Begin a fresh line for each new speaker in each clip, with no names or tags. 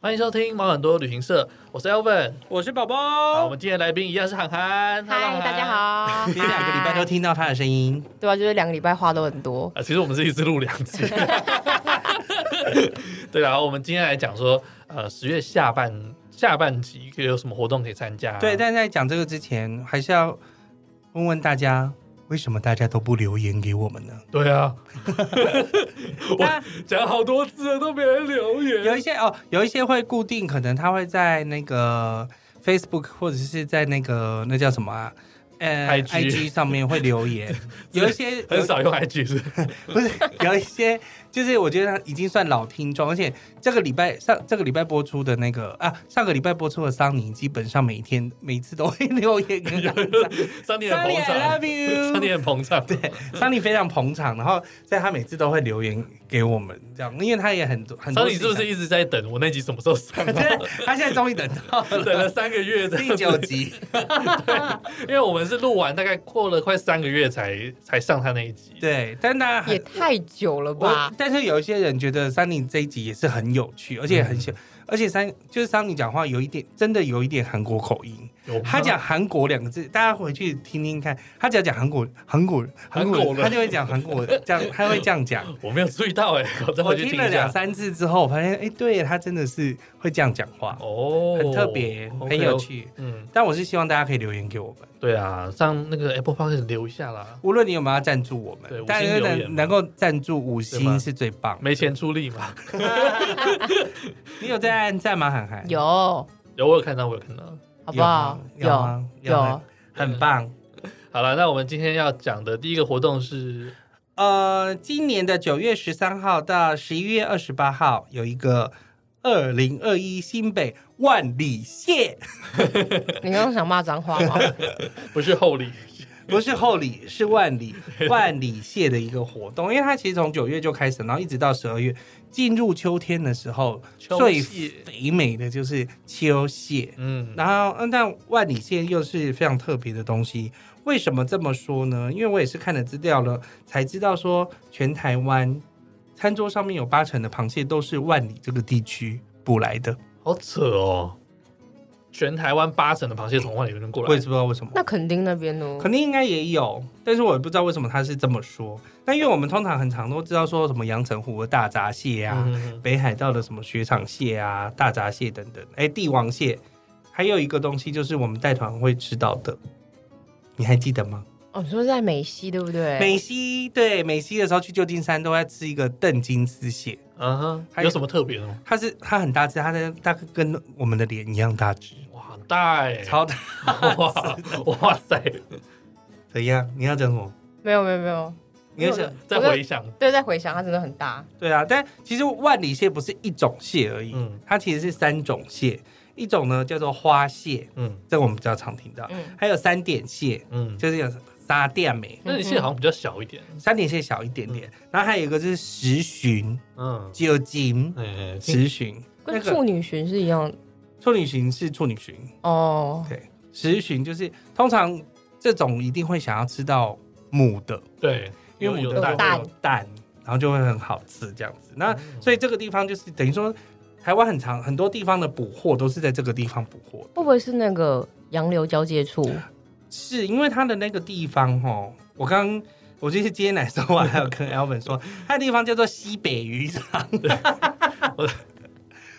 欢迎收听毛很多旅行社，我是 Elvin。
我是宝
好，
宝
我，们今天的来宾一样是涵涵。Hello，
嗨，
涵
大家。 好。
连两个礼拜都听到他的声音，
嗨对啊，就是两个礼拜话都很多。
啊，其实我们是一次录两次。 对啦，然后我们今天来讲说，呃，十月下半下半集有什么活动可以参加、
对，但在讲这个之前，还是要问问大家，为什么大家都不留言给我们呢？
对 啊，
那
我讲好多次了，都没人留
有
言。
一些哦，有一些会固定，可能他会在那个 Facebook 或者是在那个那叫什么啊？呃
IG
上面会留 言，有一些有
很少用 IG 是不是
不是有一些，就是我觉得已经算老听众，而且这个礼拜上这个礼拜播出的那个啊，上个礼拜播出的桑尼，基本上每天每次都会留言跟大家讲
三年很
桑尼
捧
，I
场，
love
三
you。
年很捧场。对，
桑尼非常捧场，然后在他每次都会留言给我们，这样，因为他也很多很多
桑
事
尼
情
是不
想。
是一直在等我那集什么时候上？
对，他现在终于等到 了
等了三个月这样
第
子，
九集，
因为我们是录完大概过了快三个月才才上他那一集。
对，但大家很
也太久了
我
吧？
但是有一些人觉得桑尼这一集也是很有趣，而且很喜，而且桑就是桑尼讲话有一点真的有一点韩国口音，
有吗
他讲韩国两个字，大家回去听听看，他只要讲韩国韩国韩
韩
国
国
人，
人
他就会讲韩国人，这样他会这样讲。
我没有注意到哎、我再
我
回去
听
听
了
一
两
下。
三次之后，我发现哎、对他真的是会这样讲话，
哦，
很特别，很有。趣。
嗯，
但我是希望大家可以留言给我们，
对啊，上那个 Apple Podcast 留一下啦，
无论你有没有要赞助我
对五星
们，但是
留言
能能够赞助五
对吧
星是最棒。
没钱出力嘛。
你有在按赞吗？涵涵
有，好
有我有看到，我有看到。
有
不好？
吗有啊吗有
有
吗，很棒。
好了，那我们今天要讲的第一个活动是，
呃，今年的九月十三号到十一月二十八号有一个二零二一新北万里蟹，
你刚刚想骂脏话吗？
不是厚礼？
不是后里，是万里万里蟹的一个活动，因为它其实从九月就开始，然后一直到十二月，进入秋天的时候，
秋
最
蟹
肥美的就是秋蟹。
嗯，
然后，嗯，但万里蟹又是非常特别的东西。为什么这么说呢？因为我也是看了资料了，才知道说全台湾餐桌上面有八成的螃蟹都是万里这个地区捕来的。
好扯哦。全台湾八成的螃蟹从万里运过
我也
来，
是不知道为什么，
那垦丁那边呢？
肯定应该也有，但是我也不知道为什么他是这么说。那因为我们通常很常都知道说什么阳澄湖的大闸蟹啊，
嗯
北海道的什么雪场蟹啊、大闸蟹等等，哎，帝王蟹，还有一个东西就是我们带团会吃到的，你还记得吗？
哦，你说在美西对不对？
美西对美西的时候去旧金山都要吃一个邓金丝蟹，
嗯哼，
还
有
有
什么特别的吗？
它是它很大只，它的大概跟我们的脸一样大只，
哇，很大哎、
超大。
哇哇塞！
怎样？你要讲什么？
没有没有没有，
你要想
再回想，
对，在回想它真的很大。
对啊，但其实万里蟹不是一种蟹而已，
嗯
它其实是三种蟹，一种呢叫做花蟹，
嗯
这个我们比较常听到，
嗯，
还有三点蟹，
嗯，
就是有沙甸美，
那你现在好像比较小一点，
三点蟹小一点点，然后还有一个就是石鲟，
嗯，
酒精
哎，
石鲟，那
跟
个
处女鲟是一样
处女鲟是处女鲟。
哦。
对，十旬就是通常这种一定会想要吃到母的，
对，
因为母
嗯
的
有蛋
会有蛋，然后就会很好吃这样子。那
嗯
所以这个地方就是等于说，台湾很长很多地方的捕获都是在这个地方捕获，
会不会是那个洋流交界处？
是因为它的那个地方哦，我刚。我就是今天来的时候，我还有跟 Alvin 说，它的地方叫做西北 渔场
我，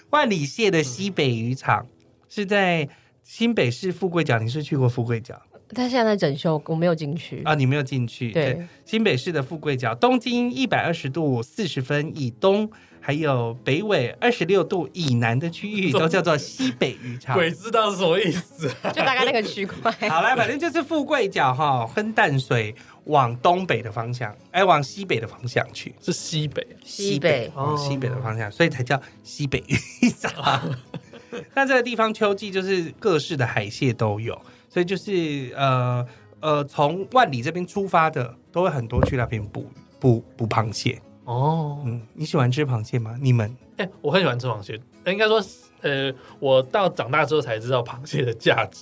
万里蟹的西北渔场是在新北市富贵角，你是去过富贵角
它现在在整修，我没有 进去。
啊？你没有进去，
对，
新北市的富贵角，东经一百二十度四十分以东，还有北纬二十六度以南的区域，都叫做西北渔 场。
鬼知道是什么意思啊？
就大概那个区块。
好啦，反正就是富贵角哈，跟淡水往东北的方向，哎，往西北的方向去，
是西北，
西北
往
哦
西北的方向，所以才叫西北渔 场。那这个地方秋季就是各式的海蟹都有，所以就是呃呃，从万里这边出发的，都会很多去那边捕捕捕螃蟹。
哦，
嗯，你喜欢吃螃蟹吗？你们
哎，我很喜欢吃螃蟹，呃应该说，呃，我到长大之后才知道螃蟹的价 值，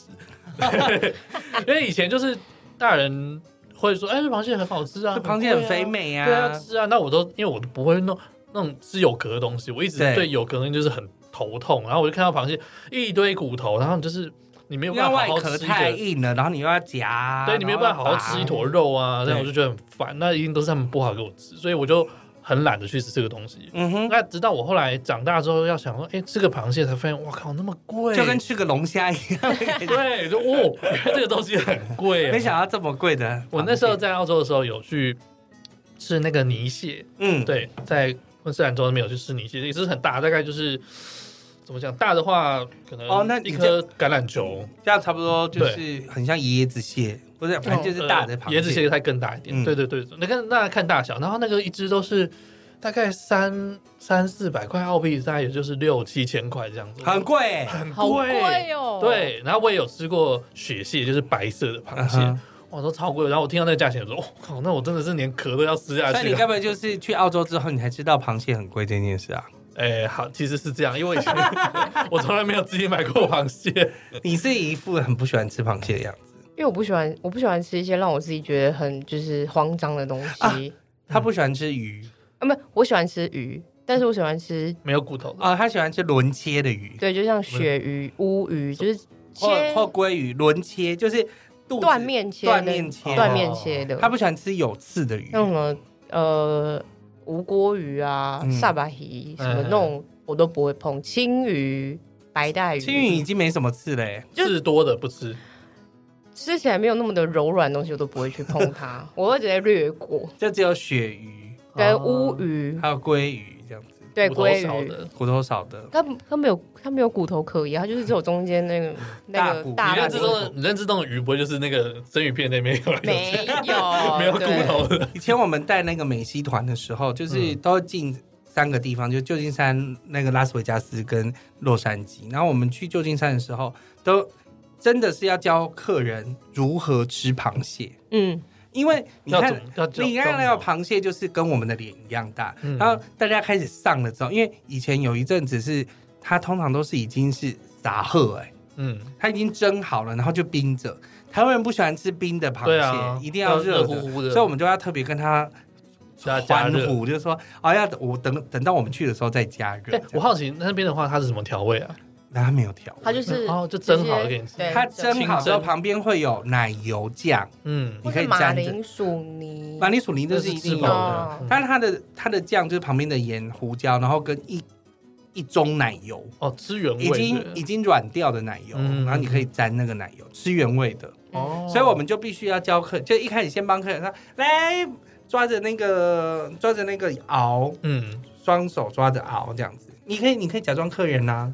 因为以前就是大人会说，哎，这螃蟹很好吃啊，
这螃蟹很
贵啊
肥，美啊，
对啊，吃啊，那我都因为我都不会弄那种吃有壳的东西，我一直
对
对有壳的东西就是很头痛，然后我就看到螃蟹一堆骨头，然后你就是你没有
因
办
为
法
外
好好
壳
吃一
太
个，
硬啊了，然后你又要夹，
对你没有办法好好吃一坨肉啊，这样
对
我就觉得很烦。那一定都是他们不好给我吃，所以我就很懒得去吃这个东西。
然后把。嗯
那直到我后来长大之后，要想说，哎，吃个螃蟹才发现，哇靠，那么贵，
哼，就跟吃个龙虾一样，
对，就哦，原来这个东西很贵、 啊
没想到这么贵的。
我那时候，在澳洲的时候有去吃那个泥蟹，
嗯，
对，在昆士兰州那边有去吃泥蟹，也是很大，大概就是怎么讲，大的话可能
哦那
一
你
颗橄榄球，
这样差不多就是很像椰子蟹，不是，反正就是大的螃蟹。
嗯呃椰子蟹再更大一点，
嗯
对对对，那个那看大小，然后那个一只都是。大概三三四百块澳币，大概也就是六七千块这样子，
很 贵欸，
很
好贵哦。，
对，然后我也有吃过雪蟹，就是白色的螃
嗯
蟹，
哼
哇，都超贵。然后我听到那个价钱，我说：“我、靠，那我真的是连壳都要吃下
所以
去
你根
了。
本就是去澳洲之后，你才知道螃蟹很贵这件事啊！”
哎，好，其实是这样，因为以前 我从来没有自己买过螃蟹。
你是一副很不喜欢吃螃蟹的样
嗯
子，
因为我不喜欢，我不喜欢吃一些让我自己觉得很就是慌张的东
啊
西
他不喜欢吃鱼
啊，不，我喜欢吃鱼，但是我喜欢吃
没有骨头的，
啊、他喜欢吃轮切的鱼，
对，就像鳕鱼、乌鱼，就是切
或或鲑鱼轮切，就是肚子
断面切的
断面切的，
断
哦
面切的，嗯
他不喜欢吃有刺的鱼。
像什么呃无锅鱼啊、
嗯
萨巴鱼什么
嗯
那种我都不会碰，青鱼、白带鱼，
青鱼已经没什么刺嘞、
就
刺多的不吃。
吃起来没有那么的柔软的东西，我都不会去碰 它，我会直接略过。
就只有鳕鱼
跟
哦
乌鱼、
还有鲑鱼这样子，
对
骨头
鲑
少
鱼，
的，
骨头少的。
它不它没有它没有骨头可以啊，它就是只有中间那个那
大骨
个
你
大
认
的
知
那
中
个
的你认知中的鱼不会就是那个生鱼片那边有
没 有
没有骨
对
头的？
以前我们带那个美西团的时候，
嗯
就是都会进三个地方，就旧金山、那个拉斯维加斯跟洛杉矶。然后我们去旧金山的时候，都真的是要教客人如何吃螃蟹，
嗯，
因为你
要
看
怎么要怎么
你看那个螃蟹就是跟我们的脸一样大，
啊嗯
然后大家开始上了之后，因为以前有一阵子是它通常都是已经是杂鹤哎、
嗯，
它已经蒸好了，然后就冰着。台湾人不喜欢吃冰的螃
对
蟹，
啊，
一定要热
乎
的，
乎的，
所以我们就要特别跟他
加加
欢
热。
呼，就是说啊，要等我等等到我们去的时候再加热
哎。我好奇那边的话，它是什么调味啊？
但他没有调，
它就是
哦就
直接
蒸好了给你吃
对
它蒸好之后旁边会有奶油酱，
嗯
哦你
或
可以
是马
沾着
铃薯泥
马，铃薯泥这是一
吃
定
饱
有的，
的，嗯
但是它的它的酱就是旁边的盐胡椒，然后跟一一盅奶油，
哦，吃原味
已经
的
已经软掉的奶油，
嗯
然后你可以沾那个奶油吃原味的。
哦，
所以我们就必须要教客，就一开始先帮客人说，来抓着那个抓着那个熬，
嗯，
双手抓着熬这样子。你可以你可以假装客人呐、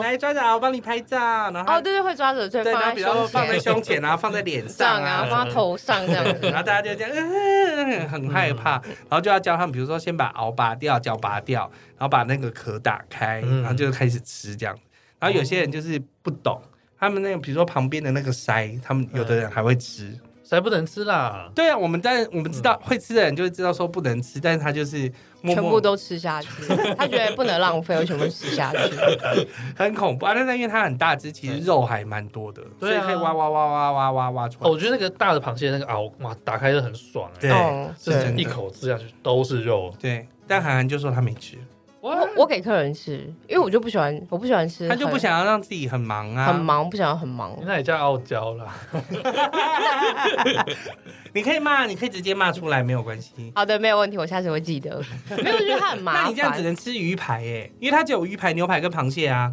来抓着熬，我帮你拍照，然后、
哦，对对，会抓着，对，
对，然后
放
比
在
如说
胸
放在
前
胸前啊，放在脸
上
上
啊，
啊。
放在头上 这样
对然
子。
后大家就这样，嗯、很害怕，然后就要教他们，比如说先把螯拔掉，脚拔掉，然后把那个壳打开，
嗯
然后就开始吃这样。然后有些人就是不懂，他们那个比如说旁边的那个鳃，他们有的人还会吃，
嗯
谁不能吃啦？
对啊，我们当然我们知道、会吃的人就会知道说不能吃，但是他就是默默
全部都吃 下去，他觉得不能浪费，我全部吃下去。
很恐怖啊。但是因为它很大只，其实肉还蛮多的，所
对
以
啊
可以挖挖挖挖挖挖挖出
哦，
来。
我觉得那个大的螃蟹那个螯，哇，打开就很爽哎、
对
哦，
就
真
是
的
对，
一口吃下去都是肉。
对，但韩寒就说他没吃，
哇
我，我给客人吃，因为我就不喜欢，我不喜欢吃，
他就不想要让自己很忙啊。
很忙，不想要很忙。
那也叫傲娇啦。
你可以骂，你可以直接骂出来，没有关系。
好的，没有问题，我下次会记得。 没有，我觉得他很麻
那
烦。
你这样只能吃鱼排耶，因为它只有鱼排、牛排跟螃蟹啊。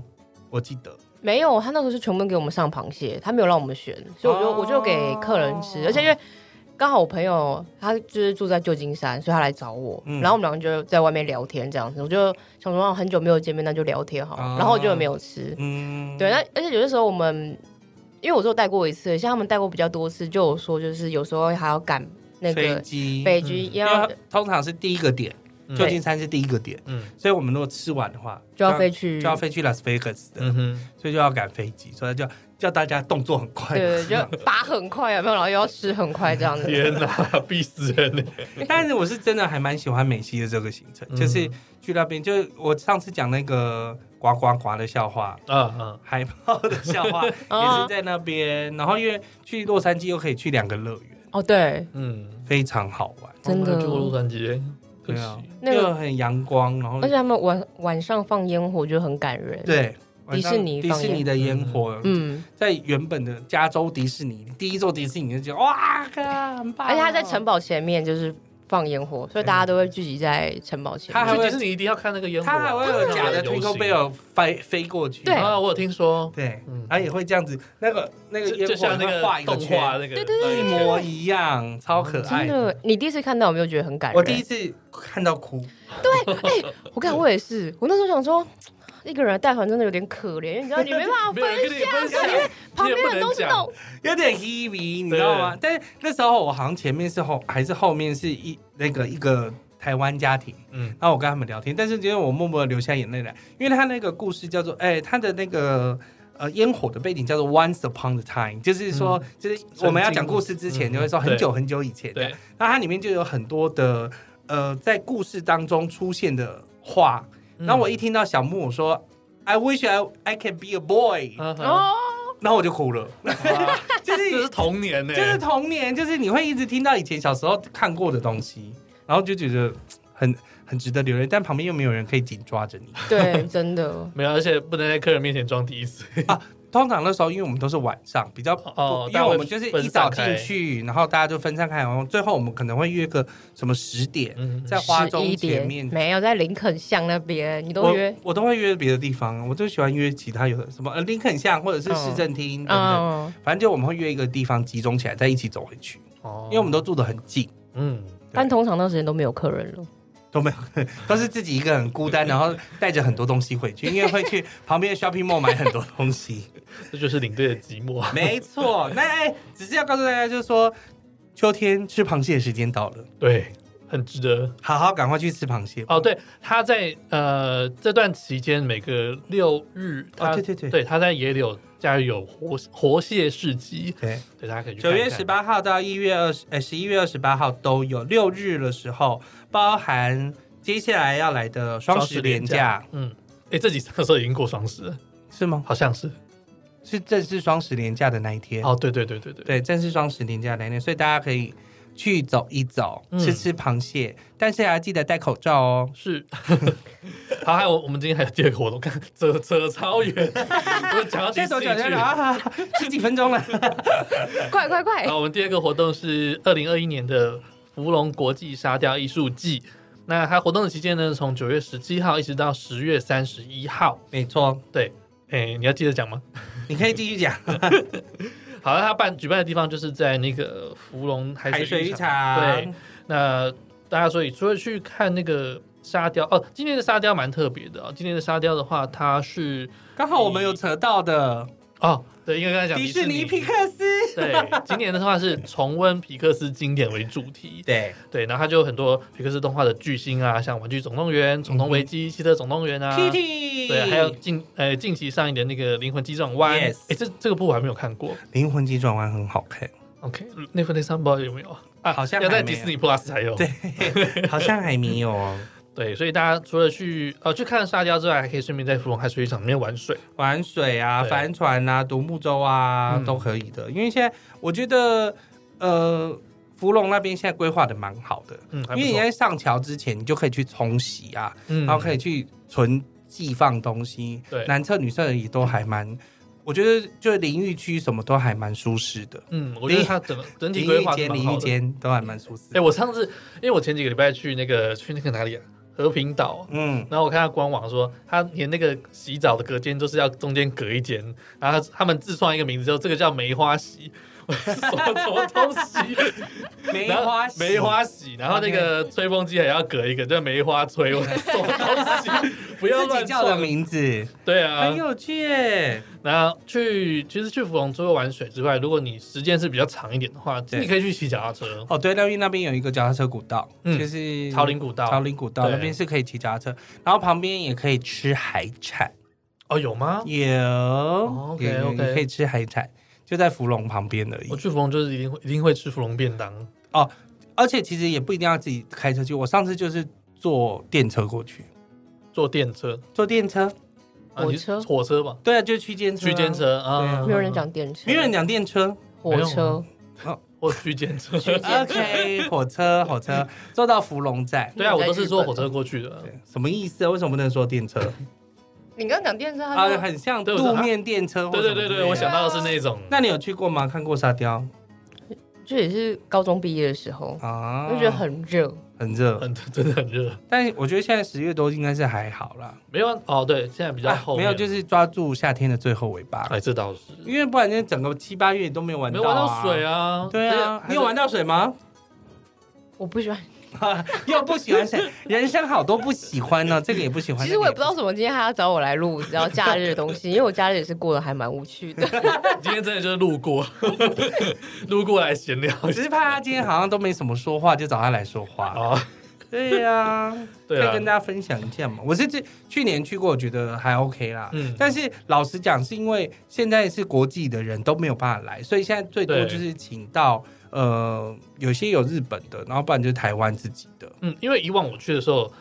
我记得
没有，他那时候是全部给我们上螃蟹，他没有让我们选，所以我就、
哦
我就给客人吃，而且因为刚好我朋友他就是住在旧金山，所以他来找我，
嗯
然后我们两个就在外面聊天这样子，我就想说、啊很久没有见面，那就聊天好了，
哦
然后我就没有吃。
嗯，
对，那而且有的时候我们因为我只有带过一次，像他们带过比较多次，就有说就是有时候还要赶那
飞
个
机，嗯
北居，
因
要、
为它通常是第一个点，
嗯
旧金山是第一个点，
嗯
所以我们如果吃完的话，
就要飞去，
就要飞去拉斯维加斯的，
嗯哼，
所以就要赶飞机，所以就叫大家动作很快。
对，就拔很快有没有？然后又要吃很快这样 子。
天哪，逼死人了！
但是我是真的还蛮喜欢美西的这个行程，
嗯
就是去那边，就是我上次讲那个呱呱呱的笑话。
啊啊，
海豹的笑 话
哦
也是在那边，然后因为去洛杉矶又可以去两个乐园，
哦，对，
嗯，
非常好玩。
真的
我没有去过洛杉矶，可
对
惜
啊，
那个
又很阳光，然后
而且他们晚晚上放烟火就很感人。，
对
迪士尼
迪
放
士尼
烟
的烟火，
嗯，
在原本的加州迪士尼第一座迪士尼就觉得哇，看很棒哦，
而且他在城堡前面就是放烟火，所以大家都会聚集在城堡前
他还
面。
去
会
迪士尼一定要看那个烟火啊，
它还会有假的
游行
Twinkle Bell 飞飞过去，
对
啊，我有听说，
对
嗯，
它也会这样子，那个哎那个
就
烟
就
火
像那
会
个
画一个
动画
圈，
那个，
对对
一
对
模一样，超可爱
真。的，你第一次看到有没有觉得很感人？哎
我第一次看到哭，
我看我也是，我那时候想说，一个人带团真的有点可怜，因为你知道你没办法
没有人
分
跟你分
享，
享
因为旁边人都是那种
有点 heavy，你知道吗？但是那时候我好像前面是后还是后面是一那个一个台湾家庭，
嗯，
然后我跟他们聊天，但是因为我默默地流下眼泪来，因为他那个故事叫做，哎、他的那个呃烟火的背景叫做 Once Upon a Time，就是说，就是我们要讲故事之前，
嗯
就会说很久很久以前的。
对，
那它里面就有很多的呃，在故事当中出现的话。
嗯
然后我一听到小木我说、I wish I I can be a boy，、
嗯，哦，
哦，
然后我就哭了，就是
啊 这是童年呢，
就是童年，就是你会一直听到以前小时候看过的东西，然后就觉得嘖很很值得留恋，但旁边又没有人可以紧抓着你。
对，真的，
没有，而且不能在客人面前装第一次，
通常那时候，因为我们都是晚上比较不，
哦
因为我们就是一早
大家会分散开
进去，然后大家就分散开，然后最后我们可能会约个什么十点，
嗯，
在花
11
中前
点
面。
没有在林肯巷那边，你都
我
约，
我都会约别的地方，我就喜欢约其他有的什么呃林肯巷或者是市政厅等等，
哦嗯，
反正就我们会约一个地方集中起来，再一起走回去，
哦
因为我们都住得很近。
嗯，
但通常那时间都没有客人了，
都没有， 都是自己一个很孤 单，然后带着很多东西回去，因为会去旁边的 shopping mall 买很多东西。
这就是领队的寂寞，
没错，那哎、只是要告诉大家，就是说秋天吃螃蟹的时间到了，
对，很值得。
好好赶快去吃螃蟹。
哦，对，他在呃这段期间每个六日，他、
哦对对对
他在野柳假日有活活蟹市集，
哦
对，
对，大家可以去
九
看看。
月十八号到一月二十，哎，十一月二十八号都有六日的时候，包含接下来要来的双十连假，
嗯，哎，这集上的时候已经过双十了，
是吗？
好像是。
是正式双十连假的那一天。
哦，对对对对对，
对，正是双十连假来临，所以大家可以去走一走，
嗯
吃吃螃蟹，但是还要记得戴口罩哦。
是。 好，还有我们今天还有第二个活动，看扯扯超远，我讲到第
现在
四
多
句
久？ 现在多久
了。
啊，十几分钟了。
快快快
哦
好，，我们第二个活动是二零二一年的芙蓉国际沙雕艺术季。那它活动的期间呢，从九月十七号一直到十月三十一号。
没错，
对，哎、你要记得讲吗？
你可以继续讲。
好，那他办举办的地方就是在那个芙蓉海水
海水浴
场。
场，
对，那大家所以除了去看那个沙雕哦，今天的沙雕蛮特别的哦。今天的沙雕的话，它是
刚好我们有扯到的
哦，对，应该刚才讲
迪
士
士尼皮克斯。
对，今年的话是重温皮克斯经典为主题。
对，
对，然后它就有很多皮克斯动画的巨星啊，像《玩具总动员》《总
嗯
统危机》汽车总动员》啊。
Kitty，
对，还有近呃近期上映的那个《灵魂急转弯》，哎
Yes
这这个部我还没有看过。
灵魂急转弯很好看，
OK，那份那三包有没有啊？
好像
要在
还没
迪
有
士尼 Plus 才有。
对 好像还没有哦。
对所以大家除了去呃去看沙雕之外，还可以顺便在芙蓉海水浴场里面玩水。
玩水啊、
对
帆船啊、独木舟啊、
嗯
都可以的，因为现在我觉得，呃，芙蓉那边现在规划的蛮好的，
嗯，还
因
不
为你
错。
在上桥之前，你就可以去冲洗啊，
嗯
然后可以去存寄放东西，
对
男厕女厕也都还蛮，我觉得就淋浴区什么都还蛮舒适的，
嗯，我觉得它整个整体
淋
规
浴
划是
间、
蛮
淋浴
好的。
间都还蛮舒适
哎、
的。
我上次因为我前几个礼拜去那个去那个哪里啊，和平岛。
嗯，
然后我看他官网说，他连那个洗澡的隔间都是要中间隔一间，然后他他们自创一个名字之后，这个叫梅花洗，我说什么什么东西？
梅
然后
花洗哦
梅花洗，然后那个吹风机还要隔一个，叫梅花吹， 我什么东西？不要
自己
乱
叫的
撞。
名字，
对
很
啊，
有趣耶。
然后去其实去芙蓉除了玩水之外，如果你时间是比较长一点的话，
对
你可以去骑脚踏车，
哦，对，那边那边有一个脚踏车古道，
嗯
就是
桃林古道。
桃林古道
对
那边是可以骑脚踏车，然后旁边也可以吃海产，
哦，有吗？
有、
哦 OK，
也有
OK
也可以吃海产，就在芙蓉旁边而已
我。去芙蓉就是一定会一定会吃芙蓉便当。
而且其实也不一定要自己开车去，我上次就是坐电车过去，
坐电车，
坐电车，
啊
火
你是
车
火车吧，
对啊，就是区间车、
区间，车啊，
对
嗯
没有人，讲电车，
没有人讲电车，
火车，
哦，
或区间车。
啊 OK，火车火车坐到芙蓉站，
对啊，我都是坐火车过去的。
对什么意思啊？为什么不能说电车
你刚刚讲电车，
啊
他？说
很像
对我说
路面电车或
对对
什么之类
对
的。
对，我想到的是那种，
那你有去过吗？看过沙雕
这也是高中毕业的时候，
啊？
我就觉得哦很热，
很热，
很真的很热。
但我觉得现在十月多应该是还好啦。
没有啊哦，对，现在比较后
啊没
面、
有，就是抓住夏天的最后尾巴，
哎，这倒是
因为不然就整个七八月都没有玩
没
到、
有玩到水。啊。
对啊，你有玩
到？
到水吗？
我不喜欢。
又不喜欢水，人生好多不喜 欢呢、这个也不喜欢。
其实我也不知道
那
为什么今天他要找我来录，然后假日的东西，因为我假日也是过得还蛮无趣的。
今天真的就是路 过，路过来闲聊
个也不，只是怕他今天好像都没什么说话，就找他来说话。
啊。
对呀、
对
再
啊
跟，大家分享一下嘛。我是这去年去过，我觉得还 OK 啦。
嗯
但是老实讲，是因为现在是国际的人都没有办法来，所以现在最多
对
就是请到呃有些有日本的，然后不然就是台湾自己的，
嗯，因为以往我去的时候，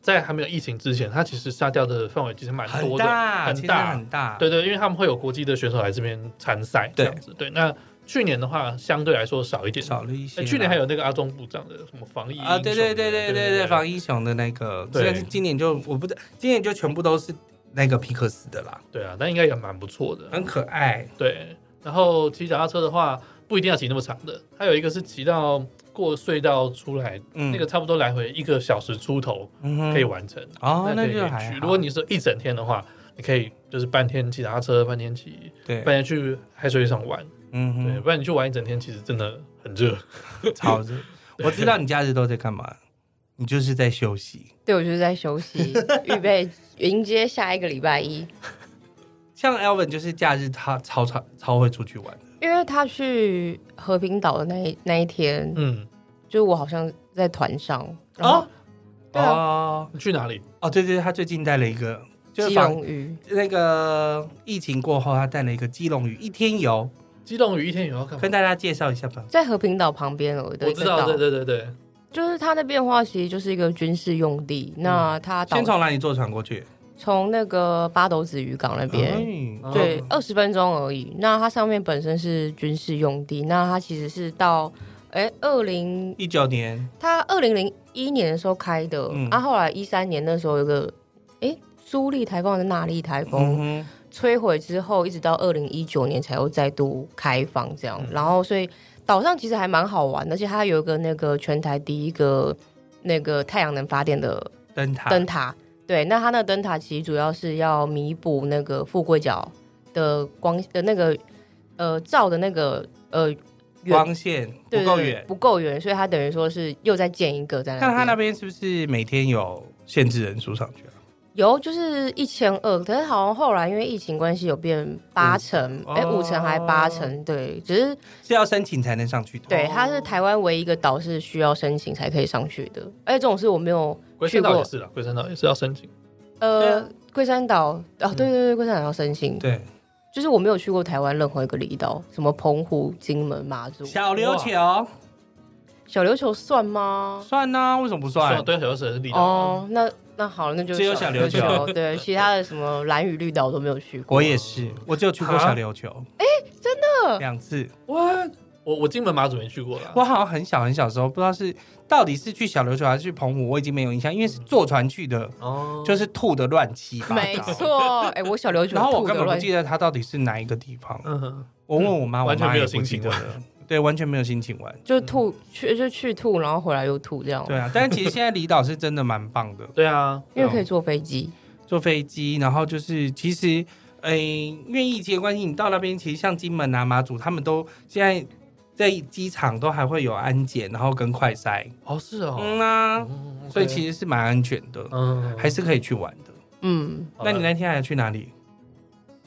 在还没有疫情之前，它其实沙雕的范围其实蛮
很
多的，
大，
很
其实
大
很大。
对对，因为他们会有国际的选手来这边参赛，这
对
样子。对，那去年的话相对来说少一点，
少了一些
哎
啦。
去年还有那个阿中部长的什么防疫
啊，对对
英雄
对对
对
对对，防疫熊的那个，
对
但是今年就我不知，今年就全部都是那个皮克斯的啦，
对啊，但应该也蛮不错的。
很可爱。
对，然后骑脚踏车的话，不一定要骑那么长的，还有一个是骑到过隧道出来，
嗯
那个差不多来回一个小时出头
嗯哼
可以完成。
哦，
可
那
以
就还
去。
好
如果你是一整天的话，你可以就是半天骑脚踏车，半天骑，
对
半，天去海水浴场玩。
嗯
对，
哼，
不然你去玩一整天，其实真的很热。
超热。 我知道你假日都在干嘛，你就是在休息。
对，我就是在休息，预备迎接下一个礼拜一，
像 Elvin 就是假日他超超超会出去玩的，
因为他去和平岛的那一那一天，
嗯，
就是我好像在团上，然后对啊
哦
你去哪里？
哦，对对，对他最近带了一个，就是
基
防
隆鱼，
那个疫情过后，他带了一个基隆屿一天游，
基隆屿一天有
嗯
要干嘛
跟？大家介绍一下吧。
在和平岛旁边哦，
我知道，对
对，
对对对，
就是它那边的话，其实就是一个军事用地。那它岛
先从哪里坐船过去？
从那个八斗子渔港那边，
哎
哦
对，二十分钟而已。那它上面本身是军事用地，那它其实是到哎二零，
一九年，
它二零零一年的时候开的，
嗯
啊，后来一三年那时候有个哎苏力台风还是纳利台风、
嗯哼，
摧毁之后，一直到二零一九年才又再度开放这样。
嗯
然后所以岛上其实还蛮好玩的，而且它有一个那个全台第一个那个太阳能发电的
灯塔，
灯塔。对，那它那个灯塔其实主要是要弥补那个富贵角的光的那个呃照的那个呃远
光线
对
不够
对对
远。
不够远，所以它等于说是又再建一个在那
那
边。
他那边是不是每天有限制人数上去啊？
有就是一千二，可是好像后来因为疫情关系有变八成，
哦
哎、五成还八成，对，只是
是要申请才能上去的？
对，它是台湾唯一一个岛是需要申请才可以上去的，哎而且这种事我没有
龟
去
山岛
过
也，是啦，龟山岛也是要申请。
对
呃
啊，
龟山岛哦，对对对，龟山岛要申请，
对，
就是我没有去过台湾任何一个离岛，什么澎湖、金门、马祖、
小琉球
小琉球算吗？
算呢、为什么不
算
算
了？对，小时也是立岛。
哦，那那好了，那就
只有小琉球
球，对，其他的什么蓝屿绿岛都没有去过。
我也是，我只有去过小琉球，哎、真的两次。
哇，我我金门马祖没去过啦。
我好像很小很小的时候，不知道是到底是去小琉球还是去澎湖，我已经没有印象，因为是坐船去的，
哦，
就是吐的乱七八糟。
没错，哎，我小琉球
然后我
吐
根
的
本不
乱
记得它到底是哪一个地方。
嗯哼，
我问我妈，我
完全
妈
没有
也不
心
记
情
得 了。对，完全没有心情玩。
就吐去就去吐，然后回来又吐这样。
对啊，但是其实现在离岛是真的蛮棒的，
对啊，
因为可以坐飞机，
坐飞机，然后就是其实，诶、因为疫情的关系，你到那边其实像金门啊、马祖，他们都现在在机场都还会有安检，然后跟快筛，
哦是哦，
嗯啊，
嗯
所以其实是蛮安全的，
嗯
还是可以去玩的。
嗯，
好
那
了
你那天还去哪里？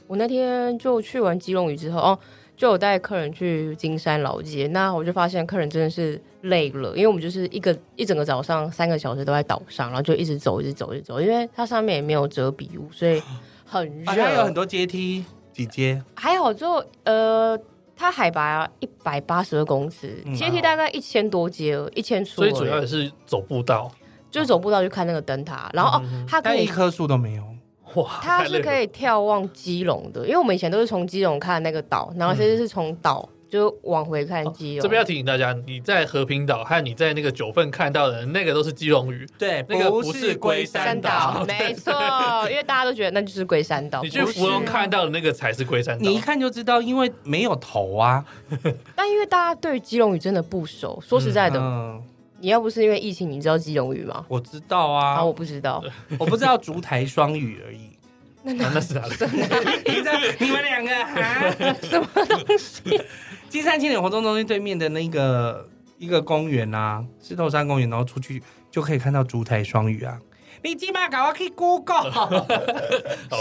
我那天就去完基隆屿之后，哦，就有带客人去金山老街，那我就发现客人真的是累了，因为我们就是一个一整个早上三个小时都在岛上，然后就一直走，一直走，一直走，因为它上面也没有遮蔽物，所以很
啊，
热。
它有很多阶梯，几阶？
还好就呃，它海拔一百八十二公尺
嗯，
阶梯大概一千多阶，一千出
所
而
以
已，
主要也是走步道。
就是走步道去看那个灯塔，然后哦，它可
但一
以。
棵树都没有。
哇，
它
啊太累
是
了
可以眺望基隆的，因为我们以前都是从基隆看那个岛，然后现在是从岛就往回看基隆。
嗯哦这边要提醒大家，你在和平岛和你在那个九份看到的那个都是基隆鱼，
对，
那个
不
不是龟
龟
山
山
岛
岛，没错，因为大家都觉得那就是龟山岛。
你去
不是啊
芙蓉看到的那个才是龟山岛
你。一看就知道，因为没有头啊。
但因为大家对基隆屿真的不熟，说实在的，
嗯，
你要不是因为疫情，你知道基隆屿吗？
我知道
啊，
啊，
我不知道，
我不知道烛台双语而已。
啊那是哪里？
你在你们两个啊，什么东 西？金山青年活动中心对面的那个一个公园啊，石头山公园，然后出去就可以看到烛台双语啊。你起码搞我去 Google。
好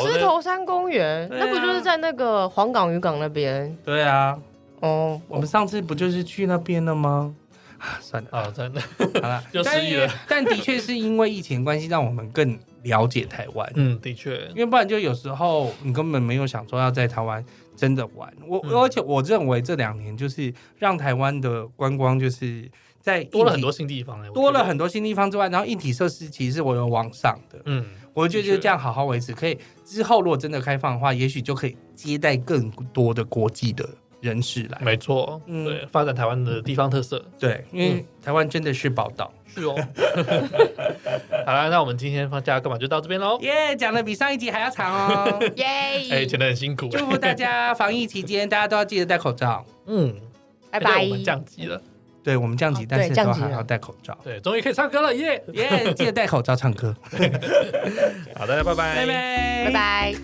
狮头山公园，
对啊
那不就是在那个黄港渔港那边？
对啊，
哦，！
我们上次不就是去那边了吗？啊，算了，
啊，真的，
好 了，
又失忆了
但因为。但的确是因为疫情关系，让我们更了解台湾。
嗯， 的确
因，为不然就有时候你根本没有想说要在台湾真的玩。我、
嗯
而且我认为这两年就是让台湾的观光就是在硬体
多了很多新地方哎，我觉得
多了，很多新地方之外，然后硬体设施其实是我有往上的，
嗯，
我觉得就
的确
这样好好维持。可以之后如果真的开放的话，也许就可以接待更多的国际的人士来。
没错，
嗯
对，发展台湾的地方特色
对，因为
嗯
台湾真的是宝岛。
是哦。 好了，那我们今天放假干嘛就到这边 喽。
耶、讲的比上一集还要长哦
耶
哎，，剪得很辛苦，
祝福大家防疫期间，大家都要记得戴口罩。
嗯，哎
拜拜
对我。们降级了，
对我们降级，
哦
但
对
是
降
都
级
还
了
要戴口罩。
对，终于可以唱歌了耶！
耶、记得戴口罩唱歌，
好，大家拜拜，
拜。拜
拜拜。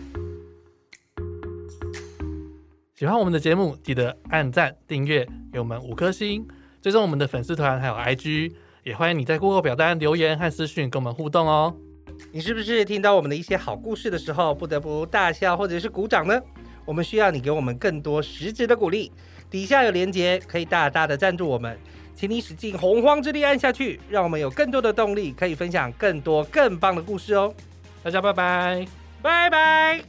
喜欢我们的节目，记得按赞、订阅，给我们五颗星，追踪我们的粉丝团还有 IG，也欢迎你在 Google 表单留言和私讯跟我们互动哦。
你是不是听到我们的一些好故事的时候，不得不大笑或者是鼓掌呢？我们需要你给我们更多实质的鼓励。底下有连结，可以大大的赞助我们，请你使尽洪荒之力按下去，让我们有更多的动力，可以分享更多更棒的故事哦。
大家拜拜。
拜拜。